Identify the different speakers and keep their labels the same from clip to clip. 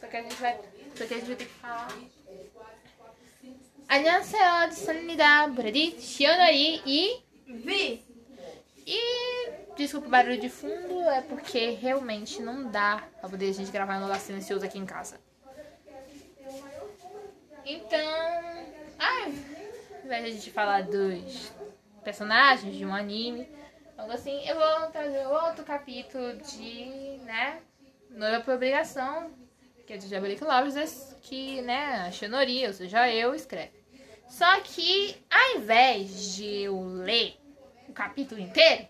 Speaker 1: Só que a gente vai. Só que a gente vai ter que falar. 안녕하세요. 선입니다. 브레디, 시어너리 e
Speaker 2: Vi!
Speaker 1: E desculpa o barulho de fundo, é porque realmente não dá pra poder a gente gravar no lugar silencioso aqui em casa. Então. Ai, ao invés de a gente falar dos personagens de um anime, algo assim, eu vou trazer outro capítulo de, né? Noiva por obrigação, que é de Jabarico Lopes, que, né, a Xenori, ou seja, eu escreve. Só que, ao invés de eu ler o capítulo inteiro,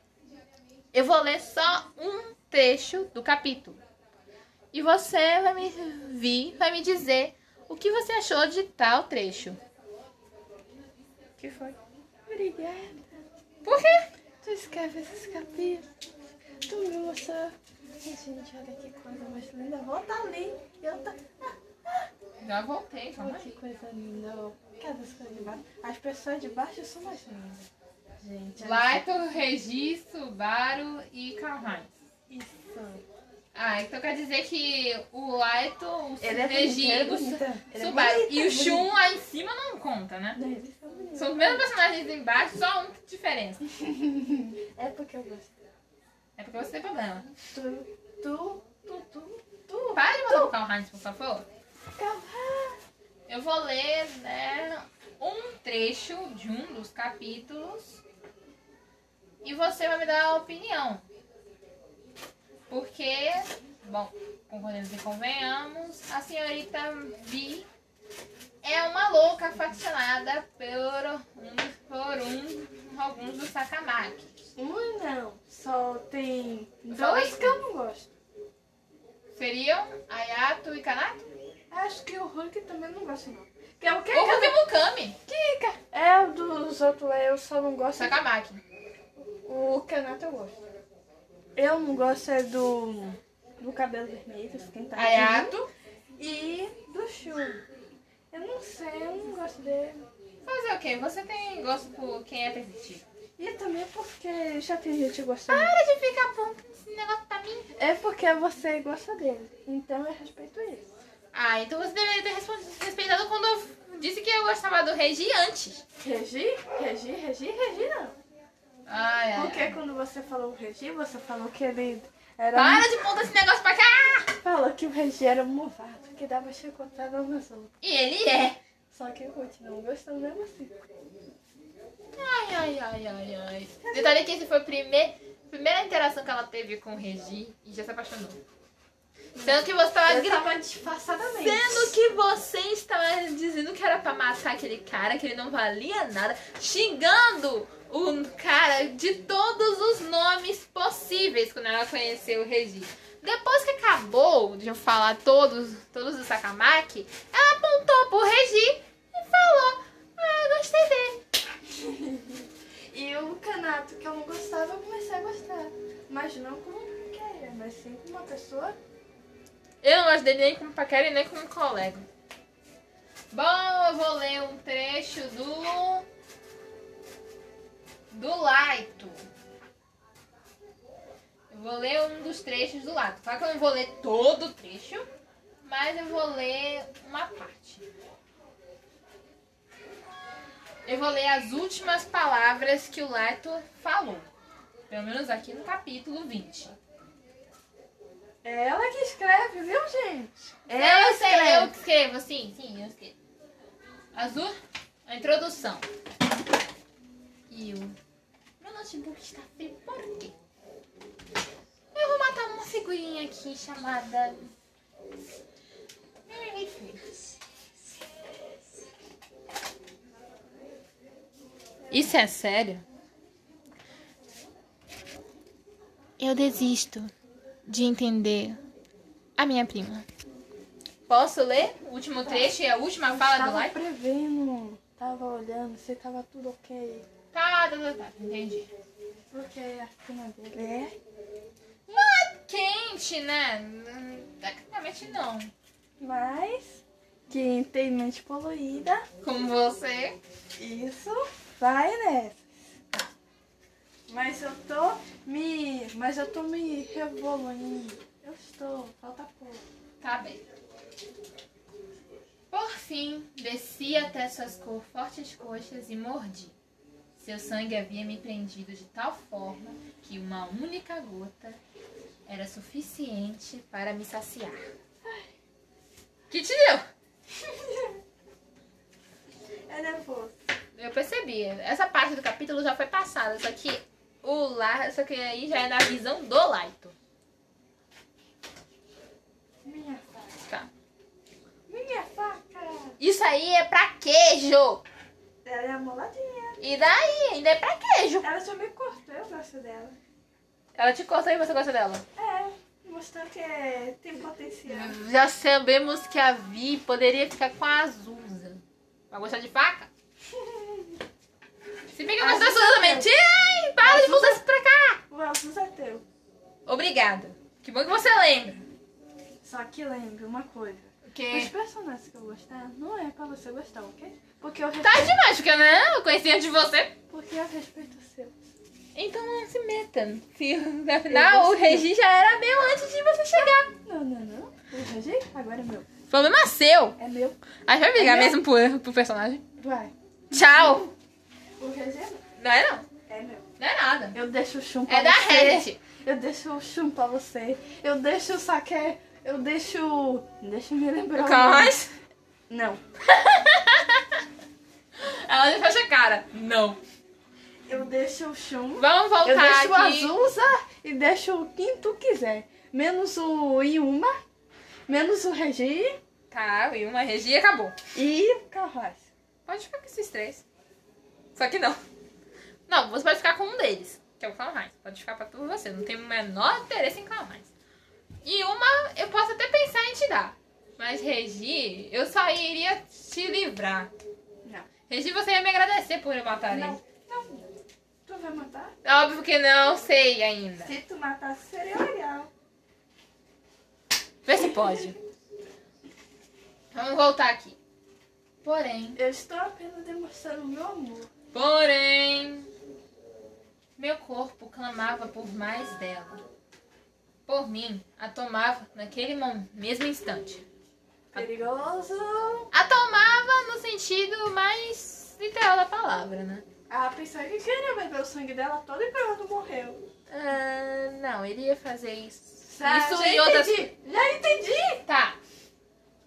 Speaker 1: eu vou ler só um trecho do capítulo. E você vai me vir, vai me dizer o que você achou de tal trecho.
Speaker 2: que foi? Obrigada.
Speaker 1: Por quê?
Speaker 2: Tu escreve esses capítulos. Tu me mostrou. Gente, olha que coisa mais linda. Volta ali. Eu tá...
Speaker 1: Já voltei,
Speaker 2: Olha que coisa linda. ó. Cadê as coisas de baixo? As pessoas de baixo são mais lindas. Gente, olha
Speaker 1: Lighton, Registro, Baro e Carmine.
Speaker 2: isso.
Speaker 1: Ah, então quer dizer que o Lighton, o
Speaker 2: Ele é bonito, ele é
Speaker 1: Registro,
Speaker 2: bonito. Ele é
Speaker 1: Subaru
Speaker 2: bonito,
Speaker 1: e o
Speaker 2: bonito.
Speaker 1: Shun lá em cima não conta, né?
Speaker 2: Não, eles são bonitos.
Speaker 1: São os mesmos personagens embaixo, só um que diferença.
Speaker 2: É porque eu gosto.
Speaker 1: É porque você tem problema.
Speaker 2: Tu, tu, tu, tu, tu.
Speaker 1: Para de mandar o Carl Heinz, por favor.
Speaker 2: Calma.
Speaker 1: Eu vou ler, né, um trecho de um dos capítulos e você vai me dar a opinião. Porque, bom, concordemos e convenhamos, a senhorita Vi é uma louca aficionada por, um, por um, alguns dos Sakamaki.
Speaker 2: Um não. Só tem
Speaker 1: Dois?
Speaker 2: dois que eu não gosto.
Speaker 1: Seriam Ayato e Kanato?
Speaker 2: Acho que o Hulk também não gosta, não. Que é o que?
Speaker 1: Ou Ruki Mukami,
Speaker 2: É o dos outros lá, eu só não gosto.
Speaker 1: Sakamaki.
Speaker 2: O Kanato eu gosto. Eu não gosto é do. do cabelo vermelho, esquentadinho.
Speaker 1: Ayato.
Speaker 2: E do Shun. Eu não sei, eu não gosto dele.
Speaker 1: Fazer o quê? Você tem gosto por quem é permitido.
Speaker 2: E também porque já tem gente gostando.
Speaker 1: Para de ficar apontando esse negócio tá pra mim.
Speaker 2: É porque você gosta dele. Então eu respeito isso.
Speaker 1: Ah, então você deveria ter respons- respeitado quando eu disse que eu gostava do Regi antes.
Speaker 2: Regi, Regi, Regi, Regi não.
Speaker 1: Ai, ai.
Speaker 2: É. Porque
Speaker 1: ai.
Speaker 2: quando você falou o Regi, você falou que ele era.
Speaker 1: Para de apontar esse negócio pra cá!
Speaker 2: Falou que o Regi era um movado, que dava chicotada nos outros.
Speaker 1: E ele é.
Speaker 2: Só que eu continuo gostando mesmo assim.
Speaker 1: Ai, ai, ai, ai, ai. Detalhe que esse foi a primeir- primeira interação que ela teve com o Regi e já se apaixonou. Sendo que você tava
Speaker 2: Eu
Speaker 1: gritando.
Speaker 2: tava disfarçadamente.
Speaker 1: Sendo que você estava dizendo que era pra matar aquele cara, que ele não valia nada, xingando o cara de todos os nomes possíveis quando ela conheceu o Regi. Depois que acabou de eu falar todos, todos os Sakamaki, ela apontou pro Regi e falou: Ah, gostei dele.
Speaker 2: E o canato que eu não gostava, eu comecei a gostar. Mas não como queira, mas sim como uma pessoa.
Speaker 1: Eu não gosto dele nem como paquera e nem como colega. Bom, eu vou ler um trecho do. Do Laito. Eu vou ler um dos trechos do Laito. Claro que eu não vou ler todo o trecho, mas eu vou ler uma parte. Eu vou ler as últimas palavras que o Laito falou. Pelo menos aqui no capítulo 20.
Speaker 2: É ela que escreve, viu, gente?
Speaker 1: É, eu sei, eu que escrevo, sim, sim, eu escrevo. Azul, a introdução. E o. Meu notebook está frio, por quê? Eu vou matar uma figurinha aqui chamada. Mary Fritz. Isso é sério? Eu desisto de entender a minha prima. Posso ler o último trecho e a última fala do
Speaker 2: Tava
Speaker 1: like?
Speaker 2: prevendo, tava olhando se tava tudo ok.
Speaker 1: Tá, tá, tá, tá, entendi.
Speaker 2: Porque a prima dele é.
Speaker 1: Não é quente, né? Hum, Tecnicamente não.
Speaker 2: Mas quem tem mente poluída,
Speaker 1: Como você.
Speaker 2: isso vai nessa. Tá. Mas eu tô me. Mas eu tô me revoluindo. Eu estou, falta pouco.
Speaker 1: Tá bem. Enfim, desci até suas cor- fortes coxas e mordi. Seu sangue havia me prendido de tal forma que uma única gota era suficiente para me saciar. Que te deu?
Speaker 2: É nervoso.
Speaker 1: Eu percebi. Essa parte do capítulo já foi passada, só que o lá, só que aí já é na visão do Laito.
Speaker 2: Minha faca.
Speaker 1: Tá.
Speaker 2: Minha faca.
Speaker 1: Isso aí é pra queijo.
Speaker 2: Ela é amoladinha.
Speaker 1: E daí? Ainda é pra queijo.
Speaker 2: Ela já me cortou, eu gosto dela.
Speaker 1: Ela te cortou e você gosta dela?
Speaker 2: É, mostrou que é- tem potencial.
Speaker 1: Já sabemos que a Vi poderia ficar com a Azusa. Vai gostar de faca? Se bem que eu gosto da Azusa também. Tira aí, para de mudar isso pra cá.
Speaker 2: O Asus é teu.
Speaker 1: Obrigada. Que bom que você lembra.
Speaker 2: Só que lembre uma coisa. Os
Speaker 1: Porque...
Speaker 2: personagens que eu gostar não é pra você gostar, ok? Porque eu
Speaker 1: Tá
Speaker 2: respeito,
Speaker 1: demais, porque né? eu conheci antes de você.
Speaker 2: porque eu respeito o seu.
Speaker 1: Então não se meta. Se, afinal, o Regi já era meu antes de você chegar.
Speaker 2: Não, não, não. O Regi agora é meu.
Speaker 1: O problema seu.
Speaker 2: É meu.
Speaker 1: A gente vai brigar
Speaker 2: É meu?
Speaker 1: mesmo pro, pro personagem.
Speaker 2: Vai.
Speaker 1: Tchau.
Speaker 2: O Regi é meu.
Speaker 1: Não é não.
Speaker 2: É meu.
Speaker 1: Não é nada.
Speaker 2: Eu deixo o chum pra
Speaker 1: É da
Speaker 2: você.
Speaker 1: Reddit.
Speaker 2: Eu deixo o chum pra você. Eu deixo o saque. Eu deixo. Deixa eu me lembrar. o nome.
Speaker 1: Mas...
Speaker 2: Não.
Speaker 1: Ela já fecha a cara. Não.
Speaker 2: Eu deixo o chum.
Speaker 1: Vamos voltar
Speaker 2: Eu deixo o
Speaker 1: aqui.
Speaker 2: Azusa e deixo o quem tu quiser. Menos o Iuma, menos o Regi
Speaker 1: Tá, e uma regi e acabou.
Speaker 2: e o Carras.
Speaker 1: Pode ficar com esses três. Só que não. Não, você pode ficar com um deles, que é o Clown Heinz. Pode ficar pra por você. Não tem o menor interesse em Clown Heinz. E uma, eu posso até pensar em te dar. Mas Regi, eu só iria te livrar.
Speaker 2: Não.
Speaker 1: Regi, você ia me agradecer por eu matar
Speaker 2: Não.
Speaker 1: ele.
Speaker 2: Não. Tu vai matar?
Speaker 1: Óbvio que não sei ainda.
Speaker 2: Se tu matasse, seria legal.
Speaker 1: Vê se pode. Vamos voltar aqui. Porém,
Speaker 2: Eu estou apenas demonstrando o meu amor.
Speaker 1: Porém, meu corpo clamava por mais dela. Por mim, a tomava naquele mo- mesmo instante.
Speaker 2: Perigoso.
Speaker 1: A tomava no sentido mais literal da palavra, né?
Speaker 2: A pessoa que queria beber o sangue dela todo e pronto, morreu.
Speaker 1: Ah, não, ele ia fazer isso.
Speaker 2: Sa-
Speaker 1: isso
Speaker 2: Ah, já
Speaker 1: e outras
Speaker 2: entendi. Já entendi.
Speaker 1: Tá.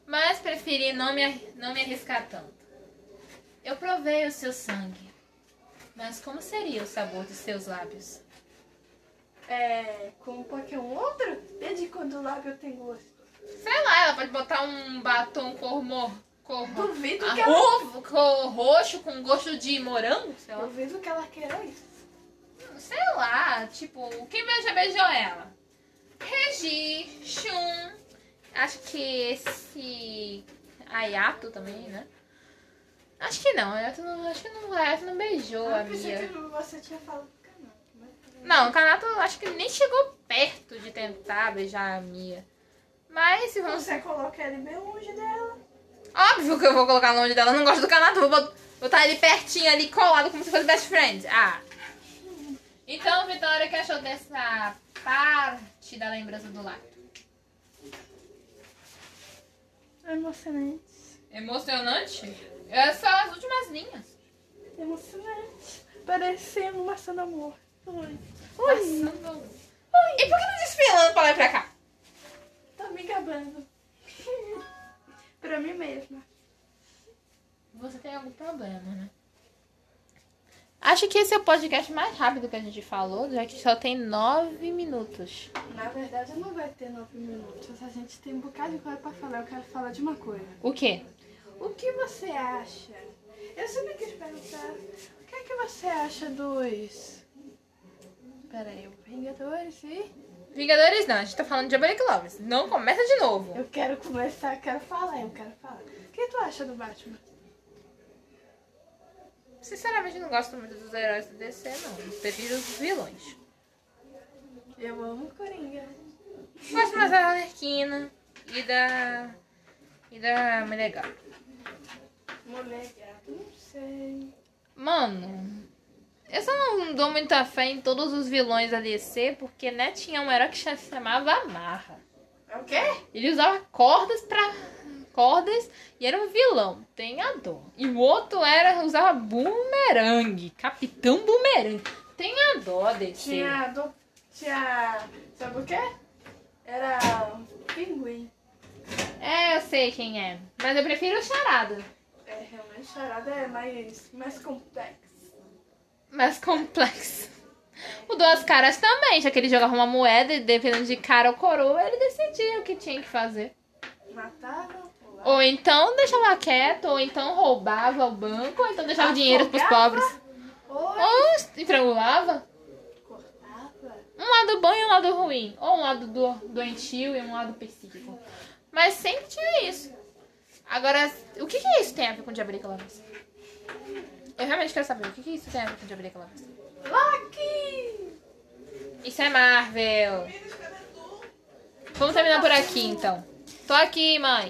Speaker 1: Mas preferi não me, ar- não me arriscar tanto. Eu provei o seu sangue. Mas como seria o sabor dos seus lábios?
Speaker 2: É, como qualquer um outro, desde quando o lábio tem gosto.
Speaker 1: Sei lá, ela pode botar um batom cor mor... Cor...
Speaker 2: Duvido
Speaker 1: Ah,
Speaker 2: que ela...
Speaker 1: ovo, cor roxo com gosto de morango, sei lá.
Speaker 2: Duvido que ela queira isso.
Speaker 1: Sei lá, tipo, quem beija, beijou ela? Regi, Shun, acho que esse Ayato também, né? Acho que não, Ayato não, acho que não, Ayato não beijou a
Speaker 2: Eu Ah, pensei
Speaker 1: Mia.
Speaker 2: que você tinha falado com o Canato, mas tudo bem.
Speaker 1: Não, o Kanato acho que nem chegou perto de tentar beijar a Mia. Mas se vamos
Speaker 2: Você coloca ele bem longe dela.
Speaker 1: Óbvio que eu vou colocar longe dela. Eu não gosto do Kanato. Vou bot- botar ele pertinho ali, colado, como se fosse best friend. Ah. Então, Vitória, o que achou dessa parte da lembrança do lacto?
Speaker 2: Emocionante.
Speaker 1: Emocionante? É só as últimas linhas.
Speaker 2: Emocionante. Parecendo uma cena morta. Oi. Oi.
Speaker 1: Passando. E por que tá desfilando pra lá e pra cá?
Speaker 2: Tô Tá me gabando. pra mim mesma.
Speaker 1: Você tem algum problema, né? Acho que esse é o podcast mais rápido que a gente falou, já que só tem nove minutos.
Speaker 2: Na verdade, não vai ter nove minutos. A gente tem um bocado de coisa pra falar. Eu quero falar de uma coisa.
Speaker 1: O quê?
Speaker 2: O que você acha? Eu sempre quis perguntar. O que é que você acha dos... Peraí, o Vingadores e...
Speaker 1: Vingadores não, a gente tá falando de Diabolic Lovers. Não começa de novo.
Speaker 2: Eu quero começar, eu quero falar, eu quero falar. O que tu acha do Batman?
Speaker 1: Sinceramente, não gosto muito dos heróis do DC, não. Prefiro os vilões.
Speaker 2: Eu amo o Coringa.
Speaker 1: Gosto mais da Arlequina e da. e da Mulher Gato.
Speaker 2: Mulher gato, não sei.
Speaker 1: Mano, eu só não dou muita fé em todos os vilões da DC, porque, né, tinha um herói que se chamava Amarra.
Speaker 2: É o quê?
Speaker 1: Ele usava cordas pra. cordas e era um vilão, treinador. E o outro era usava bumerangue, capitão bumerangue. Tem a dó desse.
Speaker 2: Tinha. Do, tinha. Sabe o quê? Era um pinguim.
Speaker 1: É, eu sei quem é. Mas eu prefiro o charada.
Speaker 2: É, realmente, charada é mais, mais complexo.
Speaker 1: mais complexo. O Duas Caras também, já que ele jogava uma moeda e dependendo de cara ou coroa, ele decidia o que tinha que fazer.
Speaker 2: Matava, pulava.
Speaker 1: Ou então deixava quieto, ou então roubava o banco, ou então deixava dinheiro pros
Speaker 2: Afogava?
Speaker 1: pobres.
Speaker 2: Ou
Speaker 1: Ou estrangulava.
Speaker 2: cortava.
Speaker 1: Um lado bom e um lado ruim. Ou um lado do, doentio e um lado pacífico. Mas sempre tinha isso. Agora, o que, que isso tem a ver com diabolica Lovers? Eu realmente quero saber o que, que isso tem a ver com diabolica Lovers.
Speaker 2: Loki!
Speaker 1: Isso é Marvel. Vamos terminar por aqui, então. Tô aqui, mãe.